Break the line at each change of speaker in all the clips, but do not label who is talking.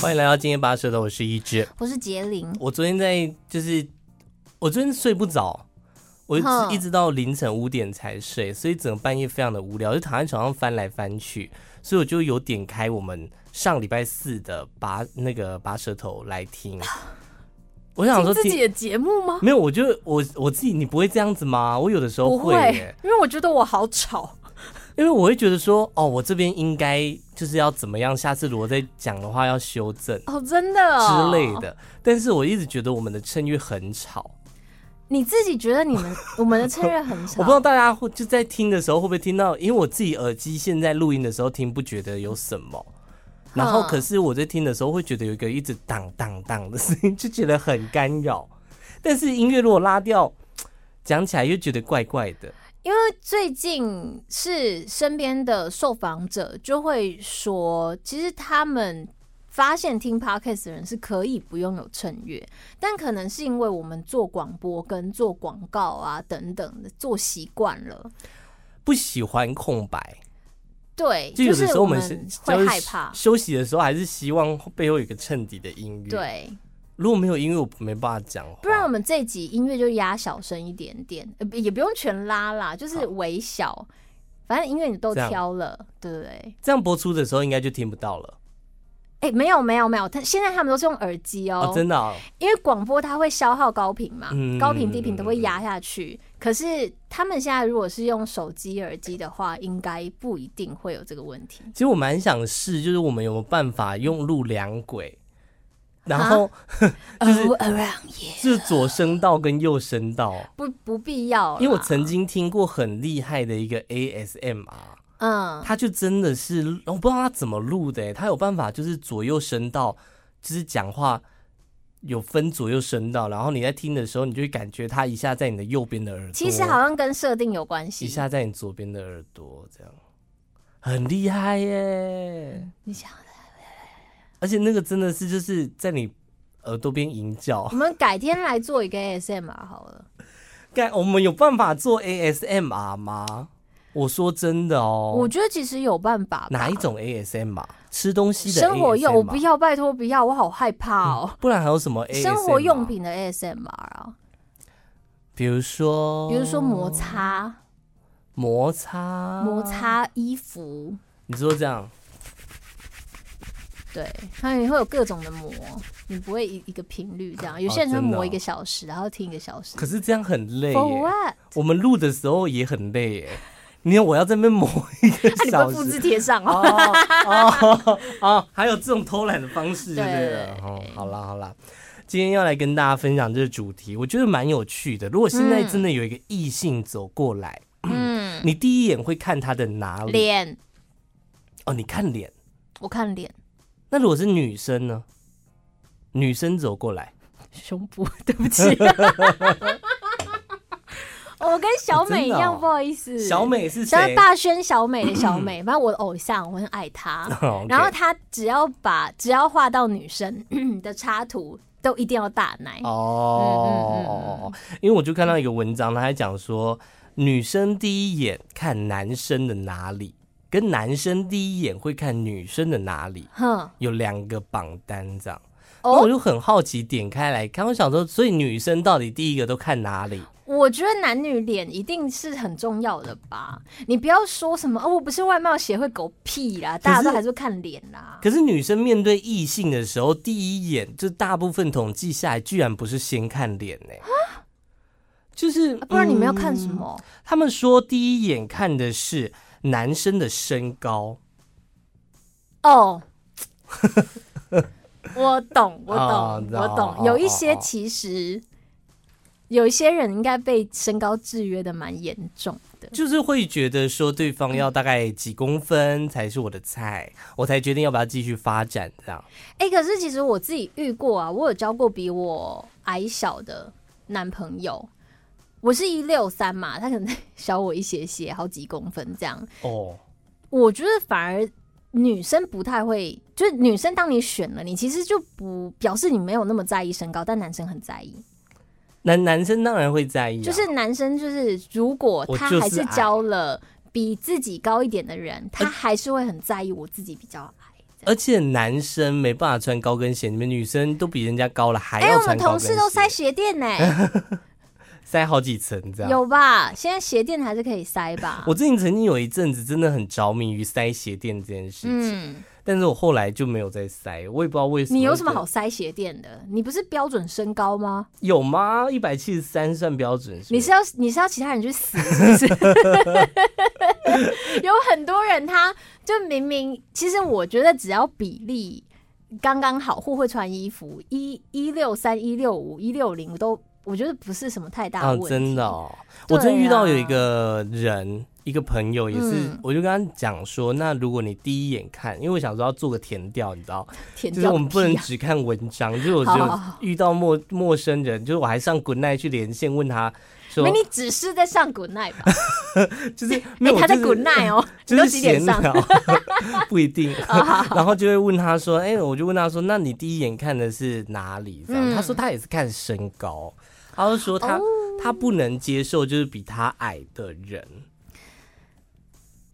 欢迎来到今天拔舌头，我是一只。
我是杰林，
我昨天在就是，我昨天睡不着，我一直
哼
一直到凌晨五点才睡，所以整个半夜非常的无聊，就躺在床上翻来翻去，所以我就有点开我们上礼拜四的拔那个拔舌头来听。我想说
自
听
己的节目吗？
没有，我就我我自己，你不会这样子吗？我有的时候
不
会耶
会，因为我觉得我好吵。
因为我会觉得说，哦，我这边应该就是要怎么样，下次如果再讲的话要修正
哦，真的、哦、
之类。的。但是我一直觉得我们的衬乐很吵，
你自己觉得你们我们的策略很
我不知道
吵，
大家会就在听的时候会不会听到，因为我自己耳机现在录音的时候听不觉得有什么。然后，
嗯
可是我在听的时候会觉得有一个一直当当当的声音，就觉得很干扰。但是音乐如果拉掉，讲起来又觉得怪怪的。
因为最近是身边的受访者就会说，其实他们发现听 podcast 的人是可以不用有衬乐，但可能是因为我们做广播跟做广告啊等等的做习惯了，
不喜欢空白，
对，
就有
是
的时候
我
我们是
会
就是
害怕，
休息的时候，还是希望背后有一个衬底的音乐。，
对，
如果没有音乐，我没办法讲话。
不然我们这集音乐就压小声一点点，呃，不也不用全拉啦，就是微小。反正音乐你都
这样
挑了，对不对？
这样播出的时候应该就听不到了
哎，没有没有没有，他现在他们都是用耳机
哦
哦，
真的哦、
因为广播它会消耗高频嘛，
嗯
高频低频都会压下去。可是他们现在如果是用手机耳机的话，应该不一定会有这个问题。
其实我蛮想试，就是我们有没有办法用录两轨，然后
啊
呃就是、
Oh, around you
是左声道跟右声道，
不不必要啦，
因为我曾经听过很厉害的一个 ASMR，
嗯，
他就真的是我不知道他怎么录的欸，他有办法就是左右声道，就是讲话。有分左右声道，然后你在听的时候，你就会感觉它一下在你的右边的耳朵，
其实好像跟设定有关
一
系。
下在你左边的耳朵，这样很厉害耶！
你想，
而且那个真的是就是在你耳朵边吟叫
我，们改天来做一个 ASMR 好了。
干我们有办法做 ASMR 吗？我说真的
我
哦，
觉得其实有办法吧，
哪一种 ASMR？吃东西的 ASMR,
生活用？我不要，拜托不要，我好害怕哦。
不然还有什么 ASMR？
生活用，品的 ASMR 啊，
比如说，
比如说摩擦、
摩擦
摩，擦衣服，
你说这样，
对，它也会有各种的磨，你不会一一个频率这样。有些人会
真的
磨一
哦
个小时，然后听一个小时。
可是这样很累
For
耶。
what？
我们录的时候也很累耶。你看我要在那边磨一个
啊那你
小
会复
时
制，贴上哦。
哦哦哦，还有这种偷懒的方式，对不对
对？
哦，好啦好啦，今天要来跟大家分享这个主题，我觉得蛮有趣的。如果现在真的有一个异性走过来，
嗯，
你第一眼会看他的哪里？
脸，
哦，你看脸。
我看脸，
那如果是女生呢？女生走过来，
胸部， 对 不起。我跟小美一
真的
样，
哦
不好意思。
小美是
像
谁？
大轩、小美的小 美，反正我的偶像，我很爱她。
哦，OK
然后她只要把只要画到女生 的插图，都一定要大奶。
哦
嗯嗯嗯
哦哦，因为我就看到一个文章，他还讲说，女生第一眼看男生的哪里，跟男生第一眼会看女生的哪里。
哼，
有两个榜单这样。那我
哦，
就很好奇，点开来看，我想说，所以女生到底第一个都看哪里？
我觉得男女脸一定是很重要的吧？你不要说什么哦，我不是外貌协会狗屁啦，大家都还是会看脸啦。
可是女生面对异性的时候，第一眼就大部分统计下来，居然不是先看脸呢、就是
啊不然你们要
嗯
看 什么？
他们说第一眼看的是男生的身高，
哦。我懂，我
哦
懂，
哦
我
哦
懂。有一些
哦哦
其实，有一些人应该被身高制约的蛮严重的。
就是会觉得说对方要大概几公分才是我的菜，我才决定要不要继续发展这样。
哎、可是其实我自己遇过啊，我有交过比我矮小的男朋友，我是一六三嘛，他可能 小我一些些，好几公分这样。
哦，
我觉得反而女生不太会，就是女生当你选了，你其实就不表示你没有那么在意身高，但男生很在意，
男男生当然会在意、啊，
就是男生就是如果
我
他
就是
还是
矮呃
交了比自己高一点的人，他还是会很在意我自己比较矮。
而且男生没办法穿高跟鞋，你们女生都比人家高了，还
哎、
要
我
穿
们
高
同
跟鞋，
事都塞鞋 垫呢、
塞好几层这样。
有吧？现在鞋垫还是可以塞吧？
我之前曾经有一阵子真的很着迷于塞鞋垫这件事情，
嗯，
但是我后来就没有再塞，我也不知道为什么。
你有什么好？塞鞋垫的？你不是标准身高吗？
有吗？一百七十三算标准是吗？
你是要你是要其他人去死是 不是？有很多人他就明明，其实我觉得只要比例刚刚好，或会穿衣服，一一六三、一六五、一六零都，我觉得不是什么太大
啊
的，问题。
真的哦，
对
我真遇到
啊
有一个人，一个朋友也是，
嗯
我就跟他讲说，那如果你第一眼看，因为我想说要做个填调，你知道，
舔
就是
掉
我
个
们不能
屁啊
只看文章，就是 我
好
觉
好
得
好
遇到陌陌生人，就是我还上 Good Night 去连线问他说
没，你只是在上 Good Night 吧？
就是 没
哎、
有
他在
就是
Good Night 哦，
就
你都
是
几点
闲
上？哦
聊， 不一 定。然后就会问他说：“哎、我就问他说，那你第一眼看的是哪里？”这样，
嗯哦
他说他也是看身高，他就说他、他不能接受就是比他矮的人。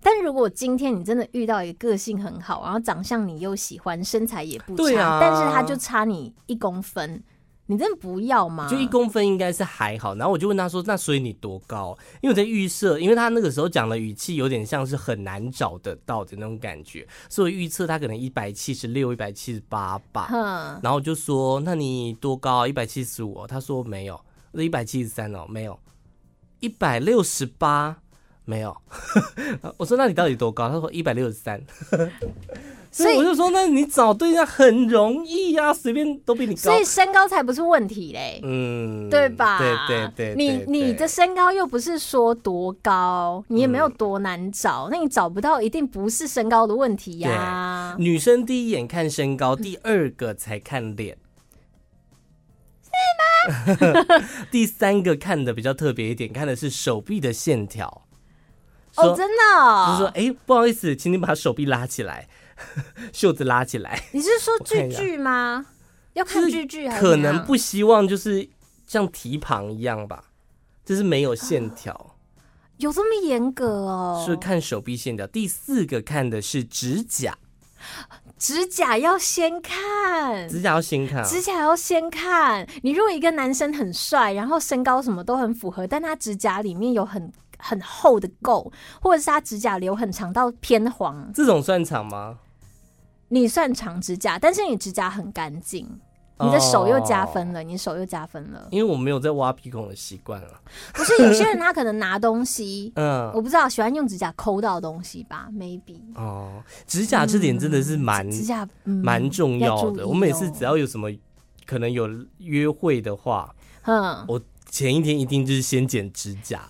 但如果今天你真的遇到一个个性很好，然后长相你又喜欢，身材也不
对
差，
啊
但是他就差你一公分，你真的不要吗？
就一公分应该是还好，然后我就问他说：“那所以你多高？”因为我在预设，因为他那个时候讲的语气有点像是很难找得到的那种感觉，所以我预测他可能一百七十六、一百七十八吧。
哼，
然后我就说：“那你多高？一百七十五？”哦他说：“没有。”我说：“一百七十三哦，没有。一百六十八没有。” 我说：“那你到底多高？”他说：“一百六十三。” 所
所
以我
以
就说：“那你找对象很容易呀、随便都比你高
所。以身高才不是问题嘞。
嗯，
对吧？
对对对，
你
对
你的身高又不是说多高，你也没有多难
嗯
找，那你找不到一定不是身高的问题呀、
女生第一眼看身高，第二个才看脸， 是吗？第三个看的比较特别一点，看的是手臂的线条。
哦，
说
真的哦、
就是说，哎、不好意思，请你把手臂拉起来， 袖子拉起来，
你是说
我看
句
一下
句吗？要看句句还是
可
怎
能
样
不希望就是像蹄膀一样吧，就是没有线条，
有这么严格哦？
是看手臂线条。第四个看的是指甲，
指甲要先看，
指甲要先看、啊，
指甲要先看。你如果一个男生很帅，然后身高什么都很符合，但他指甲里面有很很厚的垢，或者是他指甲留很长到偏黄，
这种算长吗？
你算长指甲，但是你指甲很干净，
哦
你的手又加分了，你手又加分了。
因为我没有在挖鼻孔的习惯了。，
不是有些人他可能拿东西
嗯，
我不知道喜欢用指甲抠到东西吧，maybe。
哦，指甲这点真的是蛮
嗯指甲
嗯蛮、重要的。我每次只
要哦
要有什么可能有约会的话，
注意哦嗯
我前一天一定就是先剪指甲，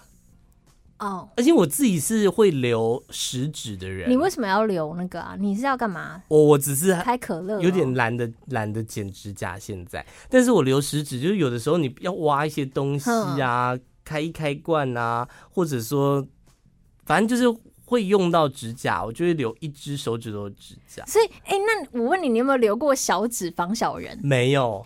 哦，
而且我自己是会留食指的人。
你为什么要留那个啊？你是要干嘛？
我我只是
开可乐哦、
有点懒得懒得剪指甲，现在，但是我留食指，就是有的时候你要挖一些东西
嗯
啊，开一开罐啊，或者说，反正就是会用到指甲，我就会留一只手指头的指甲。
所以，哎、那我问你，你有没有留过小指防小人？
没有，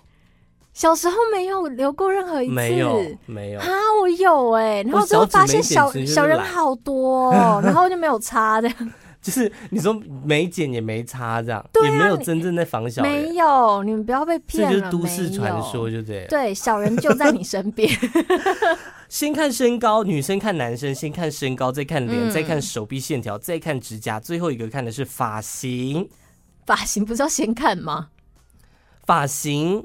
小时候没有留过任何一次，
没有，没有
啊，，我有哎、然后
我
最后
小指
发现
没剪
小
其实就是
小人
懒
好 多、哦，然后就没有擦的，
就是你说没剪也没擦这样，
对啊
也没有真正在防小
没
人，
有，你们不要被
这
骗
就
了，
是都市传说，
没有。
就对了。
对，小人就在你身 边。
先看身高，女生看男生，先看身高，再看脸，
嗯
再看手臂线条，再看指甲，最后一个看的是发型。
发型不是要先看吗？
发型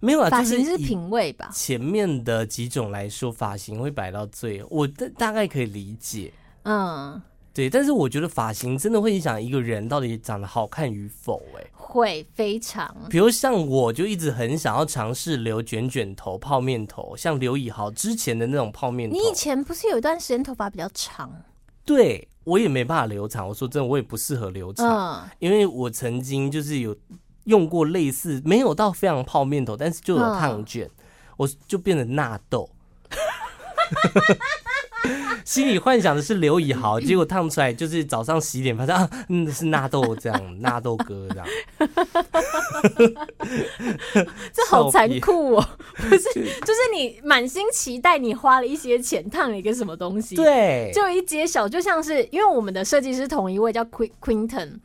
没有啊，
发
就
型
是
是
以
品味吧。
前面的几种来说，发型会摆到最，我大大概可以理解。
嗯，
对，但是我觉得发型真的会影响一个人到底长得好看与否、欸。
嗯
哎，
会非常。
比如像我就一直很想要尝试留卷卷头、泡面头，像刘以豪之前的那种泡面头。
你以前不是有一段时间头发比较长？
对我也没办法留长，我说真的，我也不适合留长。
嗯，
因为我曾经就是有用过类似，没有到非常泡面头，但是就有
嗯
烫卷，我就变成纳豆。 心里幻想的是刘以豪，结果烫出来就是早上洗脸发现啊，嗯，是纳豆这样，纳豆哥这样，
这好残
笑
酷哦！ 不 是，就是你满心期待，你花了一些钱烫了一个什么东西，
对，
就一揭晓，就像是因为我们的设计师同一位叫 Queen Quinton，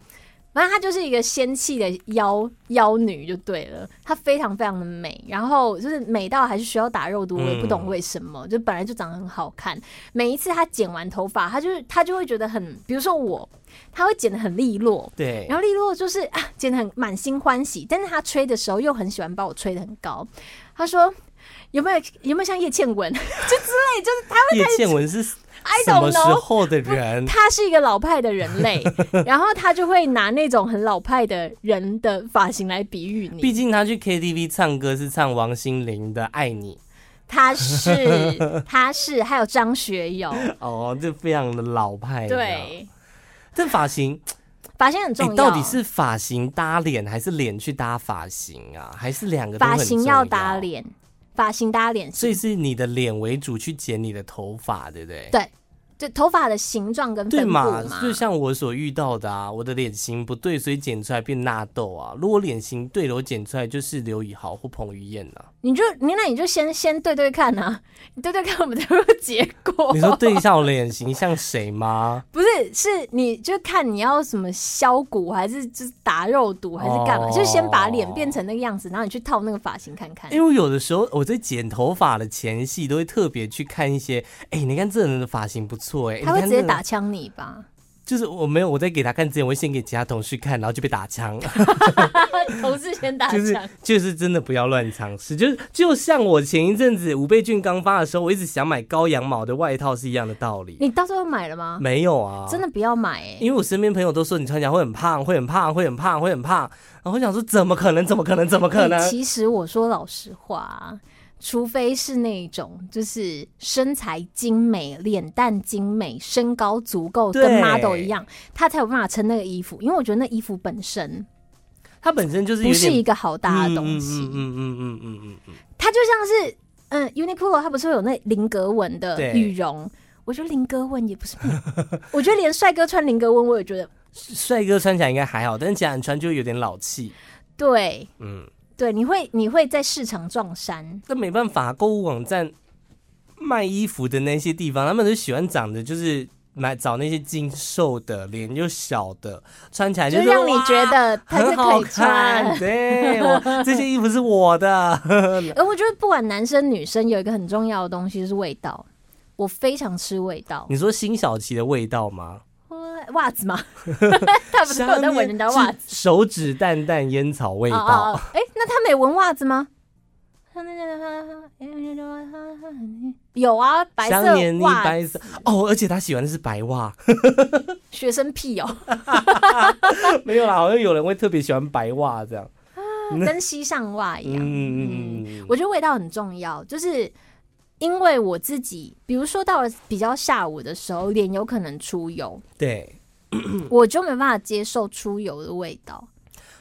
反正她就是一个仙气的妖妖女就对了，她非常非常的美，然后就是美到还是需要打肉毒，我也不懂
嗯
为什么，就本来就长得很好看。每一次她剪完头发，她就是她就会觉得很，比如说我，她会剪得很利落，
对，
然后利落就是啊，剪得很满心欢喜，但是她吹的时候又很喜欢把我吹得很高，她说。有没有有没有像叶倩文 就之类，就是她
叶倩文是
I
什么
don't
时
know，
候的人？
他是一个老派的人类， 然后他就会拿那种很老派的人的发型来比喻
毕
你。
竟他去 KTV 唱歌是唱王心凌的《爱你
他是，他是，还有张学友，》，
哦，这非常的老派。，
对，
这发型，
发型很
哎
重要。，
到底是发型搭脸，还是脸去搭发型啊？还是两个都
发
很
型
重要
要搭，脸，发型搭脸型，
所以是你的脸为主去剪你的头发，对不对？
对，就头发的形状跟分
对
布嘛
嘛，，就像我所遇到的啊，我的脸型不对，所以剪出来变纳豆啊。如果脸型对了，我剪出来就是刘以豪或彭于晏 啊。
你就你那你就先先对对看啊， 你对对看我们都有结果。
你说对一下我脸型像谁吗？
不是，是你就看你要什么削骨，还是就是打肉毒，还是干嘛？
哦
就先把脸变成那个样子，然后你去套那个发型看看。
因为有的时候我在剪头发的前戏都会特别去看一些，哎、你看这人的发型不错哎、
他会
你看
直
这
接
人
打枪你吧？
就是我没有我在给他看之前，我会先给其他同事看，然后就被打枪。
同事先 打枪，
就是就是真的不要乱尝试，就是就像我前一阵子五倍券刚发的时候，我一直想买高羊毛的外套是一样的道理。
你到最后买了吗？
没有啊，
真的不要买、欸，
因为我身边朋友都说你穿起来会很胖，会很胖，会很胖，会很胖。然后我想说，怎么可能？怎么可能？怎么可能
欸？其实我说老实话，啊除非是那种就是身材精美、脸蛋精美、身高足够，
对
跟 model 一样，他才有办法撑那个衣服。因为我觉得那衣服本身
它本身就是有
不是一
点
个好搭的东西。
嗯嗯嗯嗯嗯嗯嗯
它就像是嗯，Uniqlo 它不是会有那菱格纹的
对
羽绒？我觉得菱格纹也不是美， 我觉得连帅哥穿菱格纹，我也觉得
帅哥穿起来应该还好，但是假人穿就有点老气。
对
嗯，
对，你会你会在市场撞衫。
那没办法，购物网站卖衣服的那些地方，他们都喜欢长的，就是买找那些精瘦的，脸又小的，穿起来
就是让你觉。
哇
得它
很
就可
好
以穿
看，。对我这件衣服是我的，
而我觉得不管男生女生，有一个很重要的东西就是味道。我非常吃味道，呃
你说辛晓琪的味道吗？
袜 子吗？他不是有在闻人家袜子
子，手指淡淡烟草味
哦
道。
哦哦哎、那他没闻袜子吗？有啊，白
香
色
黏腻
袜
白色哦，而且他喜欢的是白袜，
学生屁哦，
没有啦，好像有人会特别喜欢白袜这样。
跟西上袜一
嗯
样。
嗯
嗯，
嗯嗯，
我觉得味道很重要，就是因为我自己，比如说到了比较下午的时候，脸有可能出油，
对，嗯
我就没办法接受出油的味道。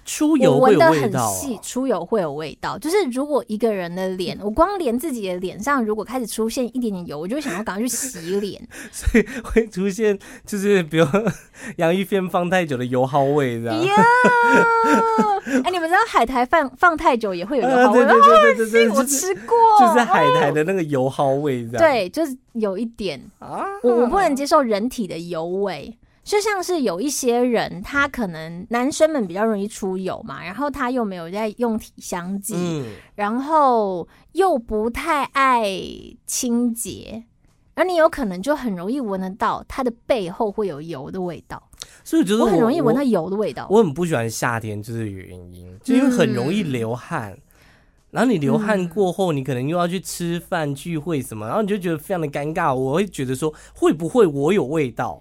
出
我
油会有
闻得
味
很
道、
细，
啊，
出油会有味道。就是如果一个人的脸，我光连自己的脸上如果开始出现一点点油，我就会想要赶快去洗 脸。
所以会出现就是比如洋芋片放太久的油耗味这样。
呀！哎，你们知道海苔放放太久也会有哎油
啊
耗味
对
吗
对？对对对对，
我
就是
吃过，
就是海苔的那个油耗味这样。
对，就是有一点，
啊，
我我不能接受人体的油味。就像是有一些人，他可能男生们比较容易出油嘛，然后他又没有在用体香剂，
嗯，
然后又不太爱清洁，而你有可能就很容易闻得到它的背后会有油的味道，
所以我觉得
我很容易闻到
我
油的味道。
我很不喜欢夏天，就是有原因，就因为很容易
嗯
流汗。然后你流汗过后，你可能又要去吃饭、聚会什么，然后你就觉得非常的尴尬。我会觉得说，会不会我有味道？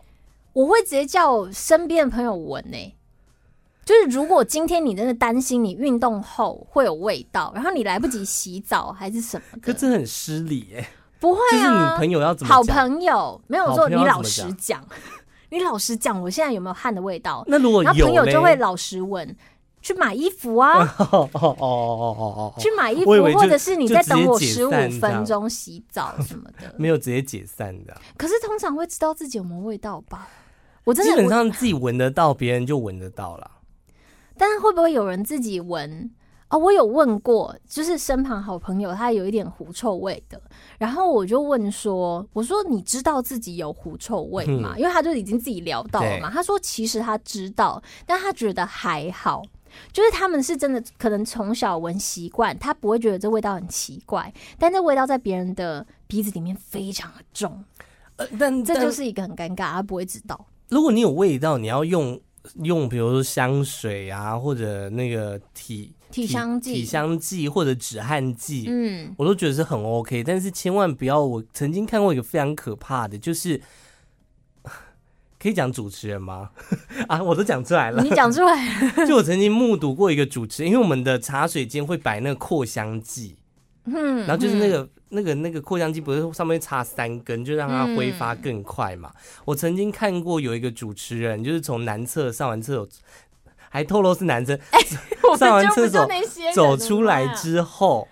我会直接叫我身边的朋友闻呢、就是如果今天你真的担心你运动后会有味道，然后你来不及洗澡还是什么
可
的，
这很失礼哎、
不会
就是你
啊。
朋友要怎么
好
讲？
朋友没有我说
好朋友
你
要怎
老
么
实讲，你老实讲，我现在有没有汗的味道？
那如果
然后
有
朋友就
嘞
会老实闻，去买衣服啊，
哦哦哦哦哦哦，
去买衣服，
我以为就
或者是你再等我
就直接
十
解
五
散
分钟洗澡什么的。
没有直接解散的，啊
可是通常会知道自己有没有味道吧？我真
基
的，
本
我
上自己闻得到，别人就闻得到了。
但是会不会有人自己闻？哦，我有问过，就是身旁好朋友他有一点狐臭味的，然后我就问说，我说你知道自己有狐臭味吗？
嗯
因为他就已经自己聊到了嘛，他说其实他知道，但他觉得还好。就是他们是真的，可能从小闻习惯，他不会觉得这味道很奇怪，但这味道在别人的鼻子里面非常的重，
呃，但
这
但
就是一个很尴尬，他不会知道。
如果你有味道，你要用用，比如说香水啊，或者那个体
体香剂
体香剂或者止汗剂，
嗯，
我都觉得是很 OK。但是千万不要，我曾经看过一个非常可怕的，就是可以讲主持人吗？ 啊，我都讲出来了
你。讲出来，
就我曾经目睹过一个主持人，因为我们的茶水间会摆那个扩香剂，
嗯，
然后就是那个那个那个扩香机，不是上面插三根，就让它挥发更快嘛。我曾经看过有一个主持人，就是从男厕上完厕所，还透露是男生，
我
上完
们
厕
就不就
所
那些人
走
了
出来
吗
之后，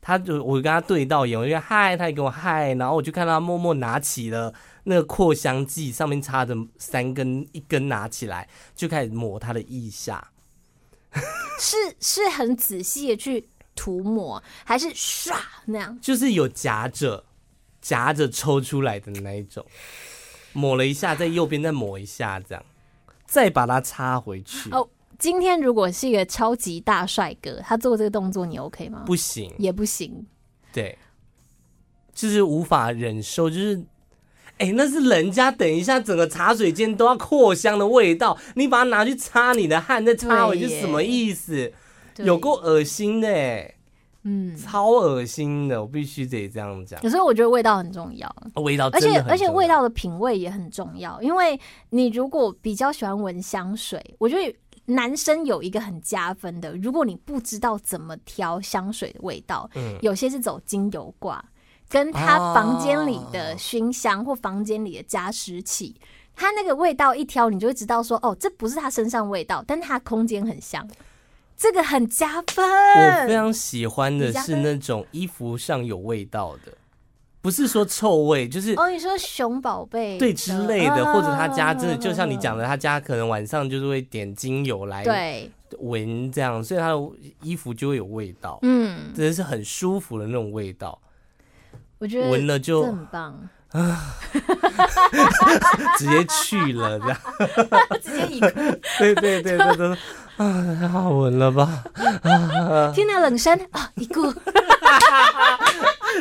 他就我跟他对到眼，我就跟他嗨，他也跟我嗨，然后我就看到他默默拿起了那个扩香剂，上面插着三根，一根拿起来就开始抹他的腋下，
是是很仔细的去涂抹，还是唰那样？
就是有夹着夹着抽出来的那一种，抹了一下，在右边再抹一下，这样再把它插回去，
哦今天如果是一个超级大帅哥，他做这个动作，你 OK 吗？
不行，
也不行，
对，就是无法忍受，就是。哎、那是人家等一下整个茶水间都要扩香的味道，你把它拿去擦你的汗，再擦回去，
对耶
什么意思？
对
有够恶心的、欸，
嗯。
超恶心的，我必须得这样讲。
有时候我觉得味道很重要，
味道
而
哦真的
且
很
而且
重
味
要
道的品味也很重要，因为你如果比较喜欢闻香水，我觉得男生有一个很加分的，如果你不知道怎么挑香水的味道，
嗯
有些是走精油挂，跟他房间里的熏香或房间里的加湿器，它那个味道一挑，你就会知道说，哦，这不是他身上味道，但他空间很香，这个很加
我非
分。
常喜欢的
你加
是
分
那种衣服上有味道的，不是说臭味，就是
哦，你说熊宝贝
对
的
之类的，或者他家真的就像你讲
啊
的，他家可能晚上就是会点精油来
对，
闻这样，所以他的衣服就会有味道，
嗯，
真的是很舒服的那种味道，
我觉
闻
得
了
这
就
很 棒，
直接去了这样。
直接一哭，
对对对对对，啊，太好闻了吧？
听到冷声啊，一 哭，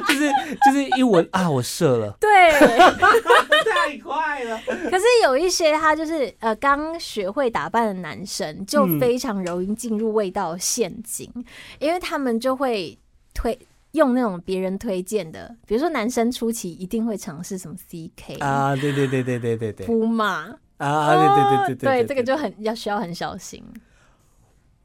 就是就是一闻啊，我射了，
对。
太快了。
可是有一些他就是呃刚学会打扮的男生，就
嗯
非常容易进入味道陷阱，因为他们就会推用那种别人推荐的，比如说男生初期一定会尝试什么 CK
啊，对对对对对对对，
铺嘛，
啊，对对对对
对，这个就很要需要很小心。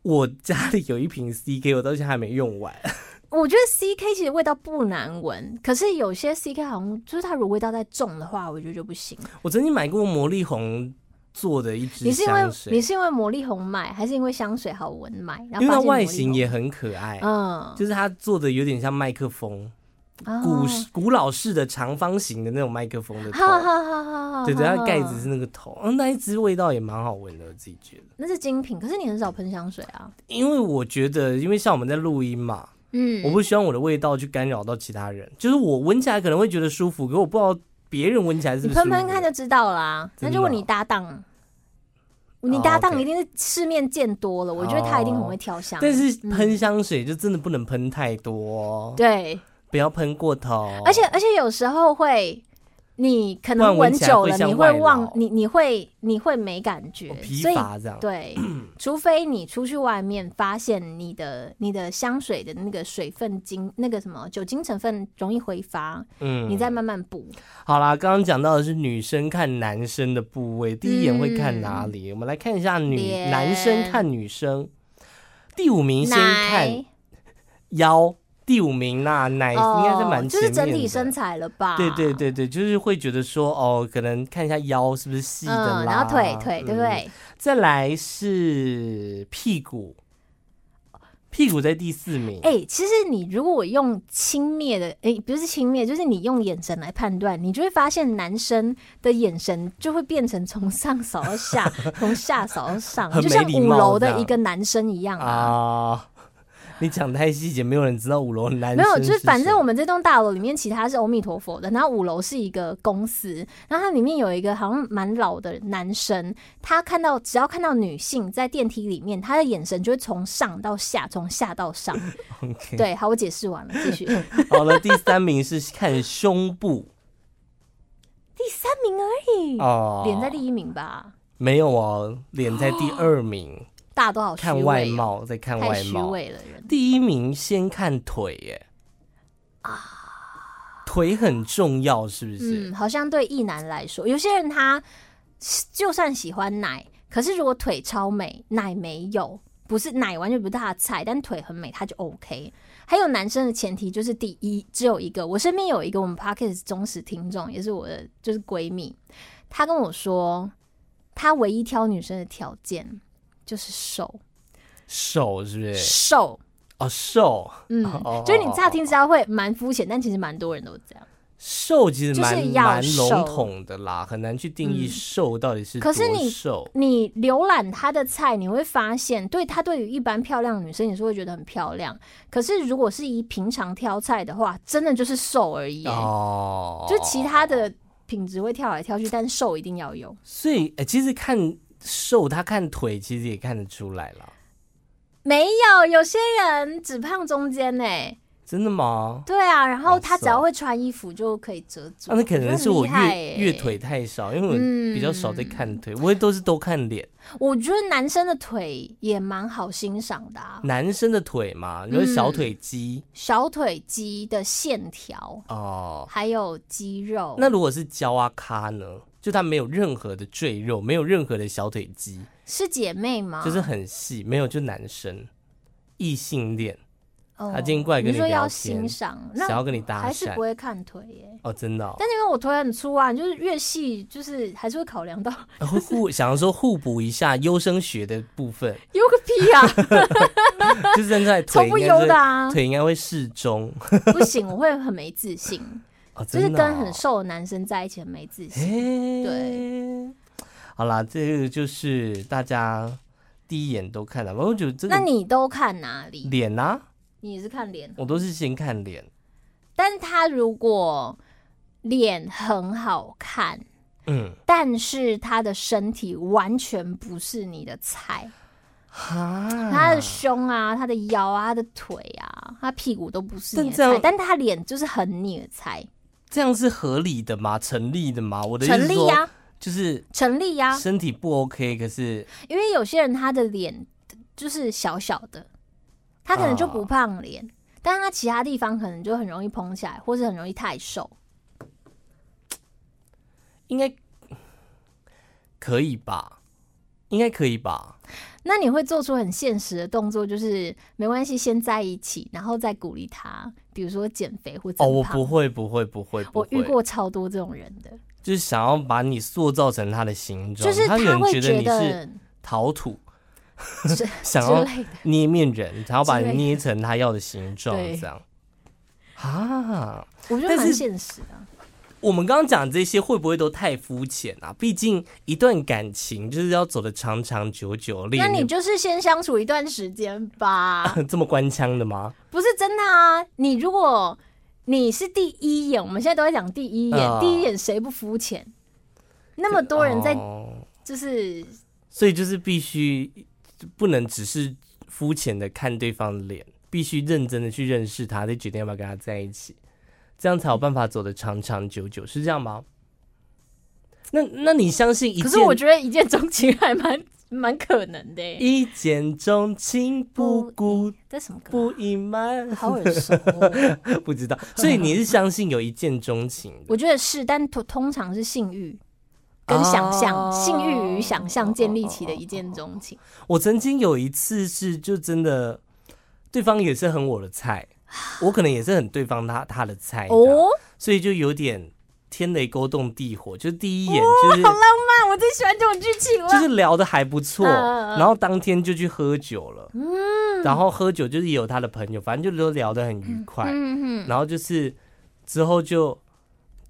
我家里有一 瓶 CK，我到现在还没用完。
我觉得 CK 其实味道不难闻，可是有些 CK 好像就是它如果味道再重的话，我觉得就不行。
我曾经买过魔力红做的一支
你是因为
香
你
水，
是因为魔力红买，还是因为香水好闻买？然后
因为
发
它
现魔
外
力
形
红
也很可爱，
嗯，
就是它做的有点像麦克风，古
哦
古老式的长方形的那种麦克风的头。
好好好好好，
对对，它
好
盖子是那个头，嗯，那一支味道也蛮好闻的，我自己觉得。
那是精品，可是你很少喷香水啊。
因为我觉得，因为像我们在录音嘛，
嗯
我不希望我的味道去干扰到其他人。就是我闻起来可能会觉得舒服，可我不知道别人闻起来是
你
不是舒
喷
服。
喷看就知道啦。
真的哦
那就问你搭档，
哦
你搭档
OK 哦
一定是世面见多了，我觉得他一定很会挑香。
但是喷香水就真的不能喷太多哦、
对，
不要喷过头。
而且而且有时候会。你可能
不然
闻
闻起来
久
会
了，
像
你会
外
忘
劳哦
你，你会你会没感觉
我，疲
所以
乏这样。
对，除非你出去外面发现你的你的香水的那个水分精那个什么酒精成分容易挥发，
嗯
你再慢慢补。
好啦，刚刚讲到的是女生看男生的部位，第一眼会看哪里？我们来看一下女
嗯脸
男生看女生。第五名先看
奶
腰，第五名啦、奶应该是蛮前面的、
哦，就是整体身。材了吧？
对对对对，就是会觉得说哦，可能看一下腰是不是细的啦，
嗯，然后腿腿
嗯
对不？对？
再来是屁股，屁股在第四名。
哎、其实你如果用轻蔑的，哎、不是轻蔑，就是你用眼神来判断，你就会发现男生的眼神就会变成从上扫到 下，从下扫到上，
很
就
没
像
礼
五
貌
楼
这
的
样
一个男生一样啊。
啊、你讲太细节，没有人知道五楼男
没
生
有，就是反正我
们
们这栋大楼里面，其他是阿弥陀佛的，然后五楼是一个公司，然后它里面有一个好像蛮老的男生，他看到只要看到女性在电梯里面，他的眼神就会从上到下，从下到上。
OK
对，好，我解释完了，继续。第
好了，第三名是看胸部
三名而已，
哦，
嗯脸在第一名吧，
没有哦，脸在第二 名，
大家都好虚
看外
伪哦、
貌，在看
太
外
虚
貌。
伪了人。
第一名先看腿耶啊，腿很重要，是不是？
嗯，好像对异男来说，有些人他就算喜欢奶，可是如果腿超美，奶没有，不是奶完全不是他的菜，但腿很美，他就 OK。还有男生的前提就是第一只有一个，我身边有一个我们 Parkes 忠实听众，也是我的就是闺蜜，她跟我说，她唯一挑女生的条件就是瘦，
瘦是不是？
瘦，
哦，瘦
嗯
哦
就是你乍听之下会蛮肤浅，但其实蛮多人都这样。
瘦其实蛮
就是要
蛮
瘦
笼统的啦，很难去定义
嗯
瘦到底是
可
多
是你
瘦。
你浏览她的菜，你会发现，对她对于一般漂亮的女生也是会觉得很漂亮。可是如果是以平常挑菜的话，真的就是瘦而已耶、
哦，
就其他的品质会跳来跳去，但瘦一定要有。
所以、呃其实看瘦，他看腿其实也看得出来了，
没有，有些人只胖中间呢、
真的吗？
对啊，然后
哦
她
是
只要
哦
会穿衣服就可以遮住。
啊，那可能是我
觉得很厉害欸嗯
阅阅。
耶
腿太少，因为我比较少在看腿，我也都是都看脸。
我觉得男生的腿也蛮好欣赏的、啊，
男生的腿嘛，就是小腿
嗯
肌
小腿肌的线条，
哦。
还有肌肉。
那如果是焦阿咖呢？就他没有任何的赘肉，没有任何的小腿肌，
是姐妹吗？
就是很细，没有就男生异性恋
哦
他今天过来跟
你
你
说
聊
要
天
欣赏，
想
那
要跟你搭
还是
讪
不会看腿耶。
哦，真的哦、
但是因为我腿很粗啊，就是越细，就是还是会考量到，
呃会互想要说互补一下优生学的部 分，
有个屁 啊，
就是站在
超
腿
不
应该
优
是
的啊，
腿应该会适中
不行，我会很没自信，
哦，
就是
真的哦、
跟很瘦的男生在一起很没自信。
嘿
对。
好啦，这个就是大家第一眼都看了，我觉得真
那
的
你都看哪里？
脸啊，
你也是看脸，
我都是先看脸，
但他如果脸很好看，
嗯，
但是他的身体完全不是你的菜，
哈，
他的胸啊，他的腰啊，他的腿啊，他屁股都不是你的
但这样
菜，但他脸就是很你的菜，
这样是合理的吗？成立的吗？我的意思
成
是
立啊
说，
呀、
就是
成立呀、
身体不 OK，可是
啊因为有些人他的脸就是小小的，他可能就不
哦
胖脸，但是他其他地方可能就很容易膨起来，或是很容易太瘦。
应该可以吧？应该可以吧？
那你会做出很现实的动作，就是没关系，先在一起，然后再鼓励他，比如说减肥或
哦，
增
我
胖。
不会，不会，不会，不
我
会
遇过超多这种人的，
就是想要把你塑造成他的形状，
就是
他可能
会
觉
觉
你是
得
陶土，
之
想要
之类的。
捏面人，然后把
之类
你
的
捏成他要的形状，
对
这样。啊，
我觉得
但
蛮
是
现实的啊。
我们刚刚讲这些会不会都太肤浅啊？毕竟一段感情就是要走的长长久久，
那
恋
你
人
就是先相处一段时间吧，
这么官腔的吗？
不是真的啊。你如果你是第一眼，我们现在都在讲第一眼，
哦
第一眼谁不肤浅？那么多人在
哦
就是
所以就是必须不能只是肤浅的看对方的脸，必须认真的去认识他，再决定要不要跟他在一起，这样才有办法走得长长久久，是这样吗？那那你相信一
可是
见
我觉得一见钟情还蛮蛮可能的欸。
一见钟情不顾
这什么歌啊？
不隐瞒，
好耳熟哦、
不知道，所以你是相信有一见钟情的
我觉得是，但通通常是性欲跟想象、
哦
性欲与想象建立起的一见钟情。
我曾经有一次是就真的，对方也是很我的菜，我可能也是很对方他他的菜这样
哦，
所以就有点天雷勾动地火，就第一眼就是、
妈，我最喜欢这种剧情了。
就是聊的还不错，
嗯嗯嗯
然后当天就去喝酒了，然后喝酒就是也有他的朋友，反正就都聊得很愉快，
嗯
然后就是之后就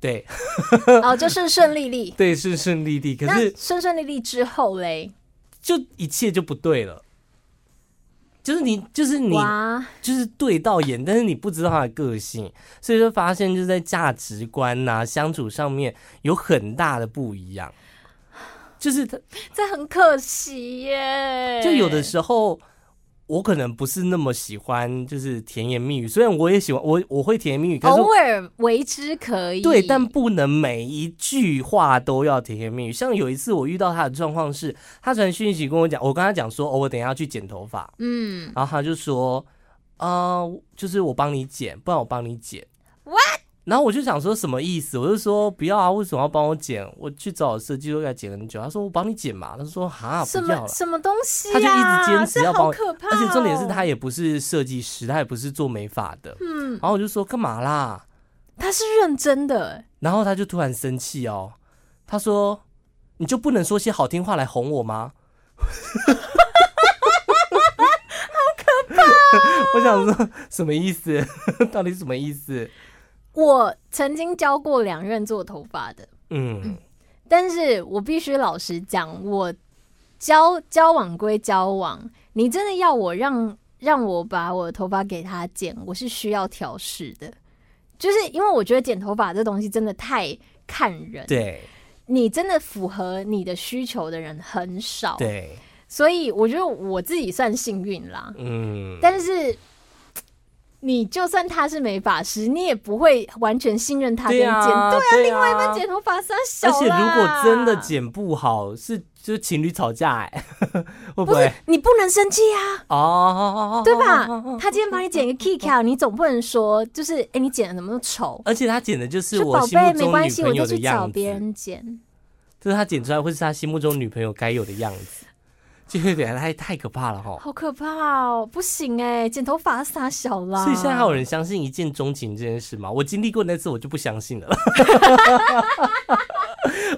对
嗯，哦，就顺顺利利。
对顺顺利利，可
那
是
顺顺利利之后嘞，
就一切就不对了。就是你，就是你，
哇，
就是对到眼，但是你不知道他的个性，所以就发现就是在价值观呐、相处上面有很大的不一样。就是他，
这很可惜耶。
就有的时候我可能不是那么喜欢，就是甜言蜜语。虽然我也喜欢，我我会甜言蜜语，可是
偶尔为之可以。
对，但不能每一句话都要甜言蜜语。像有一次我遇到他的状况是，他传讯息跟我讲，我跟他讲说，哦，我等一下要去剪头发，
嗯，
然后他就说，呃，就是我帮你剪，不然我帮你剪。What？然后我就想说什么意思？我就说不要啊，为什么要帮我剪？我去找我设计师给他剪很久。他说我帮你剪嘛。他说哈，
什
啊不要
么
了。
什么东西、啊？
他就一直坚持
这
要帮
好
我
可怕、哦
而且重点是他，也不是设计师，他也不是做美发的。
嗯
然，后我就说干嘛啦？
他是认真的。
然后他就突然生气哦，他说：“你就不能说些好听话来哄我吗？” 好可怕、 我想说什么意思？ 到底什么意思？
我曾经教过两任做头发的，
嗯，
但是我必须老实讲，我交交往归交往，你真的要我让让我把我的头发给他剪，我是需要调试的，就是因为我觉得剪头发这东西真的太看人，
对
你真的符合你的需求的人很少，
对，
所以我觉得我自己算幸运啦，
嗯，
但是。你就算他是美发师，你也不会完全信任他给你
对
剪，
啊，
对，
啊，另外一
剪头发三小
而且如果
啦
真的剪不好，是就是情侣吵架哎、 会不
不是
会？
你不能生气啊，
哦，
对吧？他今天把你剪个 k i k a 你总不能说就是哎、诶你剪的怎么那么丑？
而且他剪的就是
说
我
宝
心目
贝，没
中
关
女
系，我
朋
再
友的
去找
样子
别。人剪。
就是他剪出来会是他心目中女朋友该有的样子，就有点太太可怕了哈。
好可怕哦，不行哎、剪头发傻小啦。
所以现在还有人相信一见钟情这件事吗？我经历过那次，我就不相信了。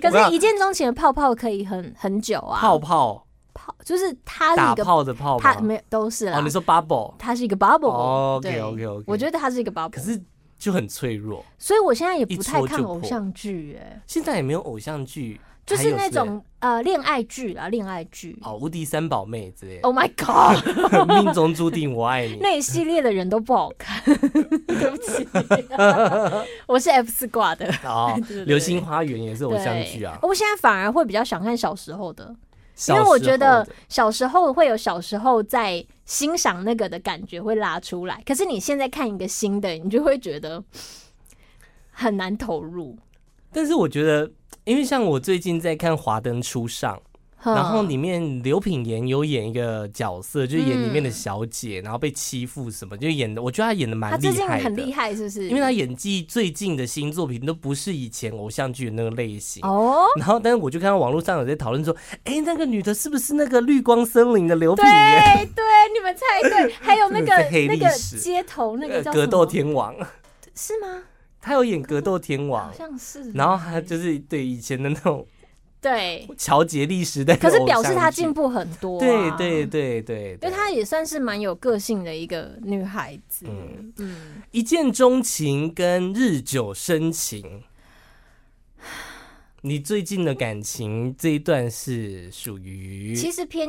可
我要
是一见钟情的泡泡可以很很久啊，
泡泡
泡就是它是
打
一个
泡的泡
它
吗？
没有都是啦，
哦，你说 bubble，
它是一个 bubble，、
哦
对
OK，OK，OK
我觉得它是一个
可
bubble，
是就很脆弱。
所以我现在也
一
不太
戳
看
就
偶
破
像剧哎、
现在也没有偶像剧，
就是
还有
那
谁
种呃恋爱剧啦，恋爱剧。
哦无敌三宝妹之类的，
Oh my god！
命中注定我 爱你。
那一系列的人都不好看， 对不 起，我是 F 四挂的
哦
对对，
流星花园也是偶像剧啊
对。我现在反而会比较想看小时候的，
小
因为我觉得
时候的
小时候会有小时候在欣赏那个的感觉会拉出来，可是你现在看一个新的，你就会觉得很难投入。
但是我觉得，因为像我最近在看《华灯初上》。然后
哼
里面刘品言有演一个角色，就是演里面的小姐，然后被欺负什么，就演的，我觉得她演的蛮
他
厉
嗯最近
害
很
的
厉，害，是不是？
因为她演技最近的新作品都不是以前偶像剧的那个类型。
哦，
然后，但是我就看到网络上有在讨论说，哎，那个女的是不是那个绿光森林的刘品言？呃
对对，你们猜对，还有那个
这是黑
那
历
个
史
街头那个
呃
叫
格
什
斗
么
天王，
是吗？
她有演格斗天
好
王，
像是。
然后她就是对以前的那种
对，
乔杰历时代的
可
偶像剧，
是表示她进步很多、啊。
对，对对对
因
对，
为她也算是蛮有个性的一个女孩子。
嗯
嗯
一见钟情跟日久生情，你最近的感情这一段是属于
其实偏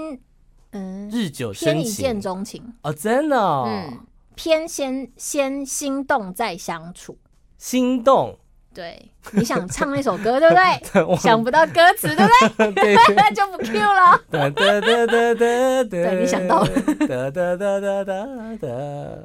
嗯
日久
偏
生
一见
情
钟情，
哦，真的、哦，
嗯，偏先先心动再相处。
心动，
对，你想唱那首歌对不对？
我
想不 到歌词对
对
不
对
对？那就不 Q 了。
哒哒哒哒哒，
对你想到了
哒哒哒哒哒哒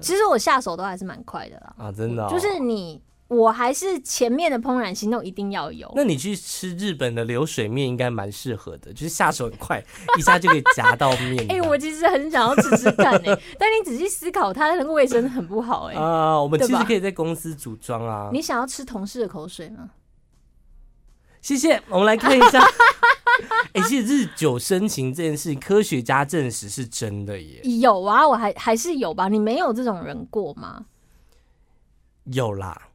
其实我下手都还是蛮快的啦，
啊，真的、哦，
就是你。我还是前面的怦然心动一定要有，
那你去吃日本的流水面应该蛮适合的，就是下手很快，一下就可以夹到面。
哎、我其实很想要吃吃看哎、但你仔细思考，它那个卫生很不好哎、
啊、我们
对
其实
吧
可以在公司组装啊。
你想要吃同事的口水吗？
谢谢，我们来看一下。 哎、其实日久生情这件事，科学家证实是真的耶。
有啊，我还还是有吧。你没有这种人过吗？
有啦，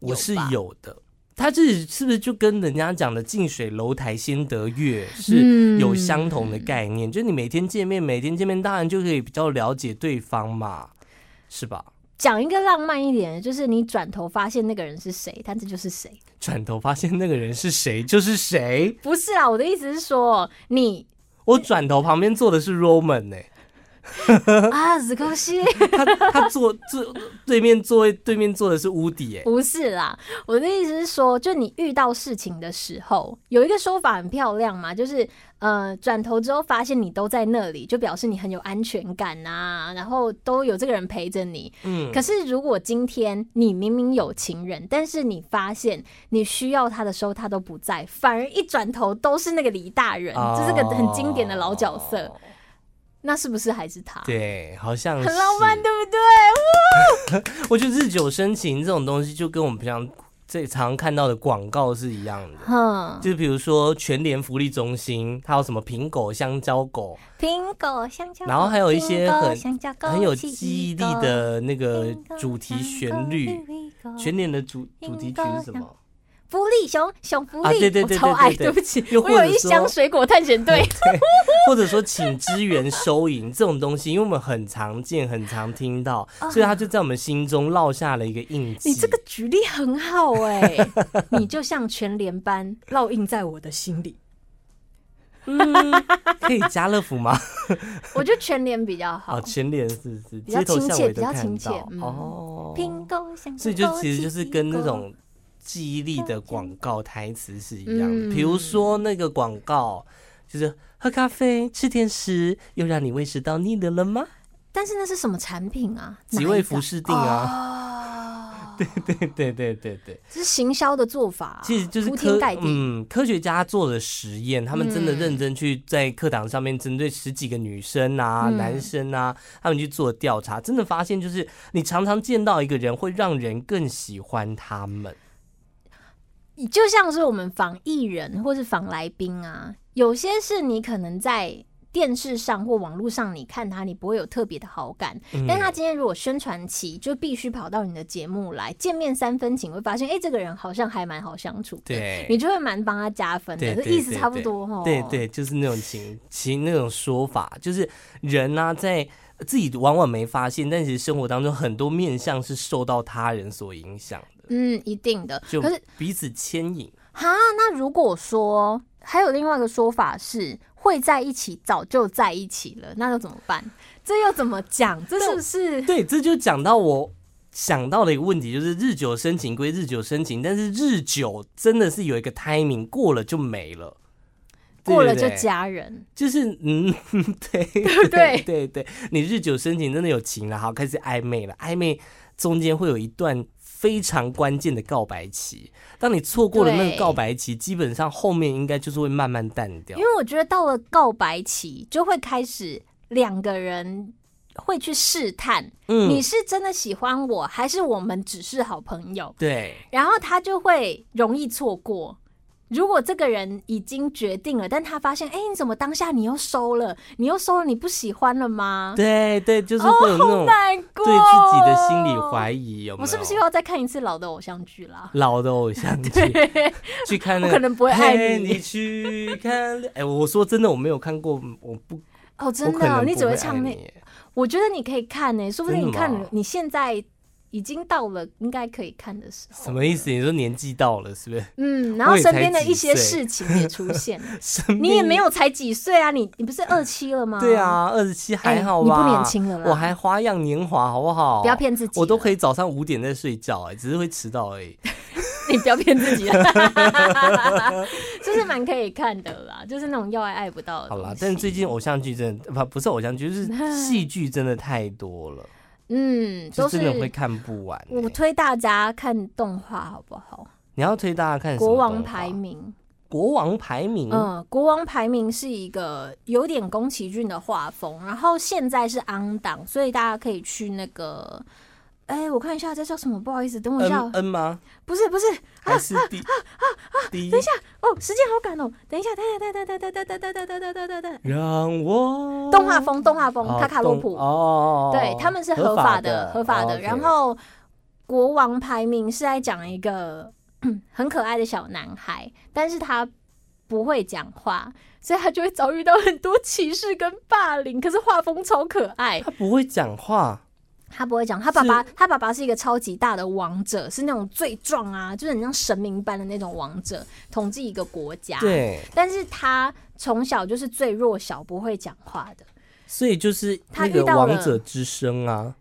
我是
有吧
有的。他这是不是就跟人家讲的“近水楼台先得月”是
嗯
有相同的概念？就你每天见面，每天见面，当然就可以比较了解对方嘛，是吧？
讲一个浪漫一点的，就是你转头发现那个人是谁，但这就是谁。
转头发现那个人是谁，就是谁。
不是啦，我的意思是说，你
我转头旁边坐的是 Roman 呢、
啊，子宫西。
他他坐坐对面座位对面坐的是屋底哎、
不是啦，我的意思是说，就你遇到事情的时候，有一个说法很漂亮嘛，就是呃，转头之后发现你都在那里，就表示你很有安全感呐、然后都有这个人陪着你。
嗯，
可是如果今天你明明有情人，但是你发现你需要他的时候他都不在，反而一转头都是那个李大人，这是个很经典的老角色，
哦，
那是不是还是他？
对，好像
很浪漫，
是
对不对？
我觉得日久生情这种东西，就跟我们平常最常看到的广告是一样的。
哼，
就是比如说全联福利中心，它有什么苹果、香蕉狗，
苹果、香蕉，
然后还有一些
苹果
很
香蕉
很有记忆力的那个主题旋律。，全联的主主题曲是什么？
福利熊熊福
啊
利，
对对对
我超爱，
对对对
对不起，
又
我
或者
有一
说
箱水果探险队，
或者说请支援收银这种东西，因为我们很常见、很常听到，
哦
所以它就在我们心中烙下了一个印记。
你这个举例很好哎、
欸
你就像全联般烙印在我的心里。
嗯可以家乐福吗？
我觉得全联比较好
哦，。全联是是，
比较
街头巷尾都看
亲切比较
到
亲切嗯
哦。
苹果香蕉，
所以就其实就是跟那种记忆力的广告台词是一样的，
嗯
比如说那个广告就是喝咖啡、吃甜食，又让你胃食道逆流了吗？
但是那是什么产品啊？
几味
服
服饰定
哦
啊，
啊，
对 对对对对，
这是行销的做法啊，
其实就是
铺
科
天盖地。
嗯科学家做的实验，他们真的
嗯
认真去在课堂上面针对十几个女生啊、
嗯
男生啊，他们去做调查，真的发现就是你常常见到一个人，会让人更喜欢他们。
就像是我们访艺人或是访来宾啊，有些是你可能在电视上或网络上你看他，你不会有特别的好感，
嗯
但他今天如果宣传期，就必须跑到你的节目来见面三分情，会发现哎、诶这个人好像还蛮好相处的，
对
你就会蛮帮他加分
对
的，这
对
意思
对
差不多哦。
对对，就是那种情情那种说法，就是人呢、在自己往往没发现，但其实生活当中很多面相是受到他人所影响的，
嗯，一定的。
就
可是
彼此牵引。
哈，那如果说还有另外一个说法是会在一起，早就在一起了，那又怎么办？这又怎么讲？这是不 是？
对，这就讲到我想到的一个问题，就是日久生情归日久生情，但是日久真的是有一个 timing，过了就没了，对
过
对
了就
对
家人，
就是嗯，对
对不对
对对，你日久生情真的有情了，好开始暧昧了，暧昧中间会有一段非常关键的告白期，当你错过了那个
对
告白期，基本上后面应该就是会慢慢淡掉
因。为我觉得到了告白期，就会开始两个人会去试探，你
嗯，
是真的喜欢我，还是我们只是好朋友？
对，
然后他就会容易错过。如果这个人已经决定了，但他发现，哎、你怎么当下你又收了？你又收了，你不喜欢了吗？
对对，就是会有那种
哦难过，
对自己的心理怀疑，有没有？
我是不是又要再看一次老的偶像 剧啦？
老的偶像剧？去看那
我
个，
可能不会爱
陪
你
你去看。哎、我说真的，我没有看过，我不，
哦，
我
真
可
的哦、
能
你
不
只会
爱
唱那
你。耶
我觉得你可以看呢、说不定
真
你
的
看
吗
了，你现在已经到了应该可以看的时候。
什么意思？你说年纪到了是不是？
嗯，然后
我也
身
才
边的
几
一些
岁。
事情也出现了
生
你也没
有
有才几岁啊，你你不是二七了吗？
对，啊，二十七还好
哎你
吧？
不年轻了啦
我还花样年华，好不好？
不要，骗自己，啊
我都可
以，
以早上五点再睡觉、哎，只是会迟到而已。
你不要骗自己， 就是蛮可以看的啦，就是那种要爱爱不到的
好
东西。
啦，但是最近偶像剧真的不呃不是偶像剧，就是 戏剧真的太多了，
嗯，
就
都
真
是
的会看不完、哎
我推大家看动画好不好？
你要推大家看什么
国王
动画
排，名，
国王排名，
嗯，国王排名是一个有点宫崎骏的画风，然后现在是 on 档，所以大家可以去那个。哎、我看一下这叫什么？不好意思，等我一下哦
n，N 吗？
不是不是，
还是 第第一？
等一下哦，时间好赶哦，等一下，等一下，等一下，等一下，等一下，等一下，等一下，等一下，等一下，等一下，
让我
动画风，动画风，
哦
卡卡洛
动
普，
哦，
对，他们是合
法
法的，合法
哦
的。
，OK
然后国王排名是在讲一个 嗯很可爱的小男孩，但是他不会讲话，所以他就会遭遇到很多歧视跟霸凌。可是画风超可爱，
他不会讲话，
他不会讲，他爸爸他爸爸是一个超级大的王者，是那种最壮啊，就是很像神明般的那种王者，统治一个国家。
对，
但是他从小就是最弱小、不会讲话的，
所以就是
他
那
遇
个
到
王
了
者之声啊，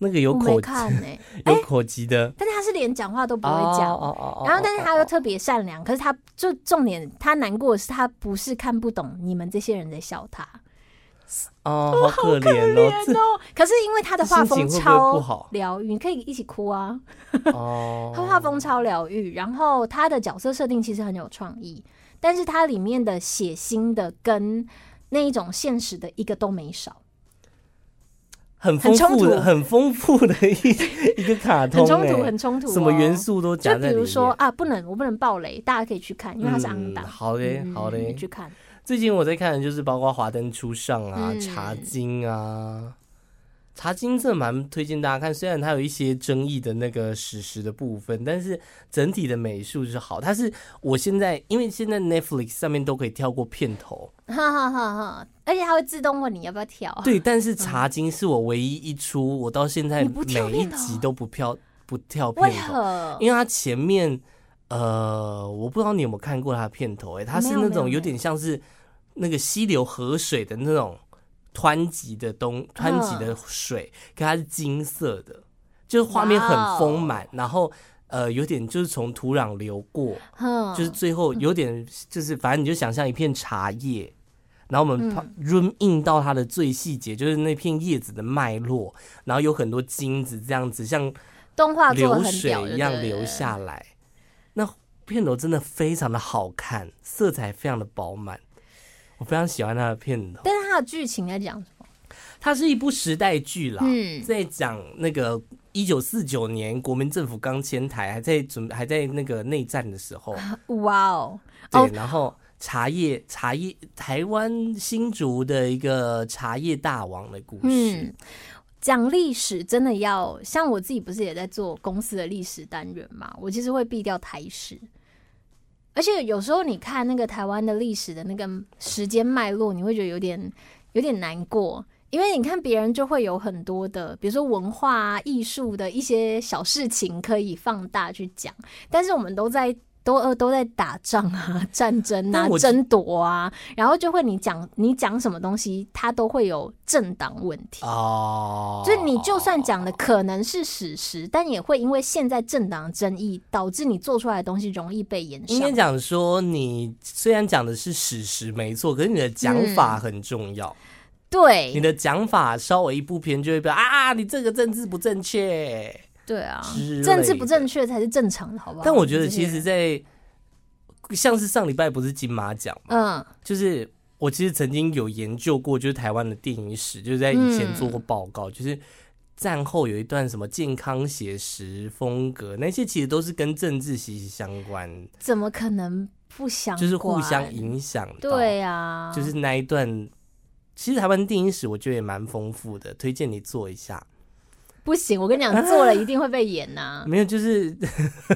那个有
我没
口
看呢、哎
有口疾的，
但是他是连讲话都不会讲。
哦哦
然后，但是他又特别善良，可是他就重点，他难过的是他不是看不懂你们这些人在笑他，
哦，好可怜哦，
可是因为他的画风
心情会不会不
超
好
疗愈，你可以一起哭啊。
这哦，
他画风超疗愈，然后他的角色设定其实很有创意，但是它里面的血腥的跟那一种现实的一个都没少，
很丰
很
富
冲
的，
突
很丰富的一一个卡通
很
欸，
冲突，很冲突、哦
什么元？素都
就
夹
比
在里面。
如说啊，不能，我不能爆雷，大家可以去看，因为它是昂
嗯
档。
好嘞，
嗯
好嘞
你。去看。
最近我在看的就是包括《华灯初上》啊，
嗯
茶经》啊，《茶经》真的蛮推荐大家看。虽然它有一些争议的那个史实的部分，但是整体的美术是好。它是我现在因为现在 Netflix 上面都可以跳过片头，
哈哈哈哈！而且它会自动问你要不要跳，
对，但是《茶经》是我唯一一出我到现在
你不跳
每一
片头
集都不跳不跳片
为
头，
何？
因为它前面，呃，我不知道你有没有看过它的片头、欸，哎，它是
没有
那
没有
种
没
有
有
点像是那个溪流河水的那种湍急的东湍急
嗯
的水，可它是金色的，就是画面很
哦
丰满，然后呃，有点就是从土壤流过，
哼，
就是最后
嗯
有点就是反正你就想象一片茶叶。然后我
嗯
们 zoom in 到它的最细节，就是那片叶子的脉络，然后有很多金子这样子，像
动画啊做的
流
很
水
屌，
一样流。下来。那片头真的非常的好看，色彩非常的饱满，我非常喜欢它的片头。
但是它的剧情在讲什么？
它是一部时代剧啦，
嗯
在讲那个一九四九年国民政府刚迁台，还在准还在那个内战的时候，
哇哦，
对，
哦
然后。茶叶，茶叶，台湾新竹的一个茶叶大王的故事，
嗯，讲历史真的要像我自己不是也在做公司的历史单元嘛，我其实会避掉台史。而且有时候你看那个台湾的历史的那个时间脉络，你会觉得有点有点难过，因为你看别人就会有很多的，比如说文化啊、艺术的一些小事情可以放大去讲，但是我们都在都呃都在打仗啊、 战争啊
但、我
争夺啊，然后就会你讲你讲什么东西，它都会有政党问题。
哦，
就是你就算讲的可能是史实，但也会因为现在政党争议，导致你做出来的东西容易被延
应
上
该。讲说，你虽然讲的是史实没错，可是你的讲
嗯
法很重要。你
对，
的讲法稍微一不偏，就会被啊，你这个政治不正确。
对啊
之类，的
政治不正确才是正常的，好不好？
但我觉得，
这些
其实，在像是上礼拜不是金马奖嘛，
嗯
就是我其实曾经有研究过，就是台湾的电影史，就是在以前做
嗯
过报告，就是战后有一段什么健康写实风格，那些其实都是跟政治息息相关，
怎么可能不相
就是互相
关
影响到。
对啊，
就是那一段，其实台湾电影史我觉得也蛮丰富的，推荐你做一下。
不行。我跟你讲，做了一定会被演 呐、
没有，就是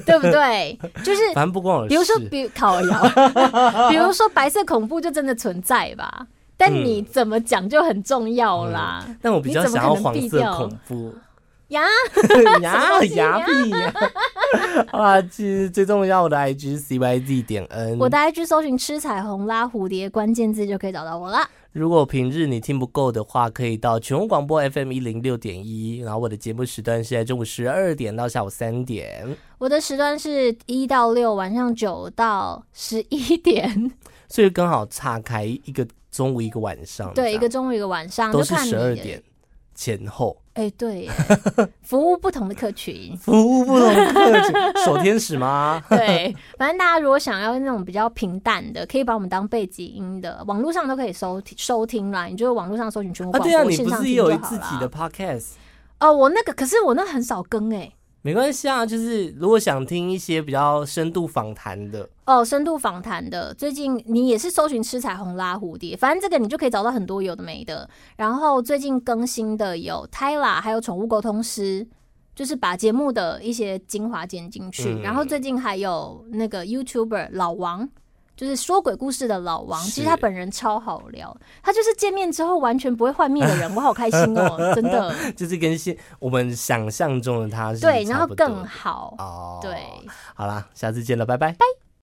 对不对？就是
反正不关我的事。
哎比如说，比烤 窑，比如说白色恐怖就真的存在吧，但
嗯
你怎么讲就很重要啦。
但我比较
你怎
想要
么可能
黄
避
色
掉
恐怖。
呀，
牙
东西
牙币 呀！好啦，其实最重要我的 IG CYZ 点 N。
我的 IG 搜寻“吃彩虹拉蝴蝶”关键字就可以找到我啦。
如果平日你听不够的话，可以到全国广播 FM 一零六点一，然后我的节目时段是在中午十二点到下午三点，
我的时段是一到六，晚上九到十一点，
所以刚好岔开一个中午一个晚上这样，
对，一个中午一个晚上，
都
啊就是看你
十
的
二点。前后。
哎、对 耶，服务不同的客群。
服务不同的客 群，守天使吗？
对，反正大家如果想要那种比较平淡的，可以把我们当背景音的，网络上都可以收听收听啦。你就网络上搜寻全
啊，
国广
对
播、
啊，你
线
不
上
是也
听就好
有
啦。
自己的 podcast？
哦，我那个可是我那很少更哎、
没关系啊，就是如果想听一些比较深度访谈的，
哦，深度访谈的，最近你也是搜寻“吃彩虹拉蝴蝶”，反正这个你就可以找到很多有的没的。然后最近更新的有 Tyla，还有宠物沟通师，就是把节目的一些精华剪进去。
嗯
然后最近还有那个 YouTuber 老王，就是说鬼故事的老王，其
是
实他本人超好聊，他就是见面之后完全不会幻灭的人，我好开心 哦，真的。
就是跟现我们想象中的他是
对，然
差
后
不多
更好，
哦。
对。
好啦，下次见了，拜拜。